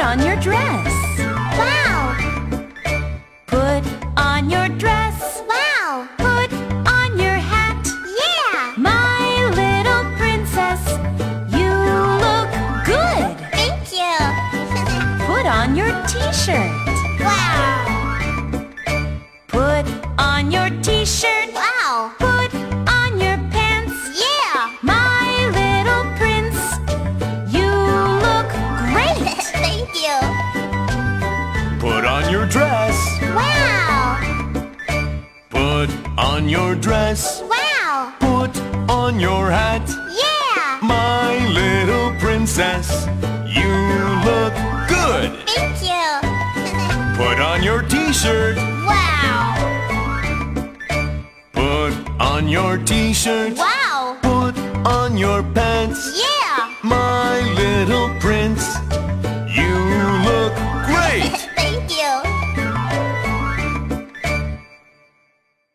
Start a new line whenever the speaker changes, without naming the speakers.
on your dress.
Wow!
Put on your dress.
Wow!
Put on your hat.
Yeah!
My little princess, you look good.
Thank you!
Put on your t-shirt.
wow!
Put on your t-shirt.
Wow!
Put on your pants.
Yeah!
My little prince, you look great.
Thank you!
Put on your dress.
Wow!
Put on your dress.
Wow!
Put on your hat.
Yeah!
My little princess, you look good.
Thank you!
Put on your t-shirt.
wow!
Put on your t-shirt.
Wow!
Put on your pants.
Yeah!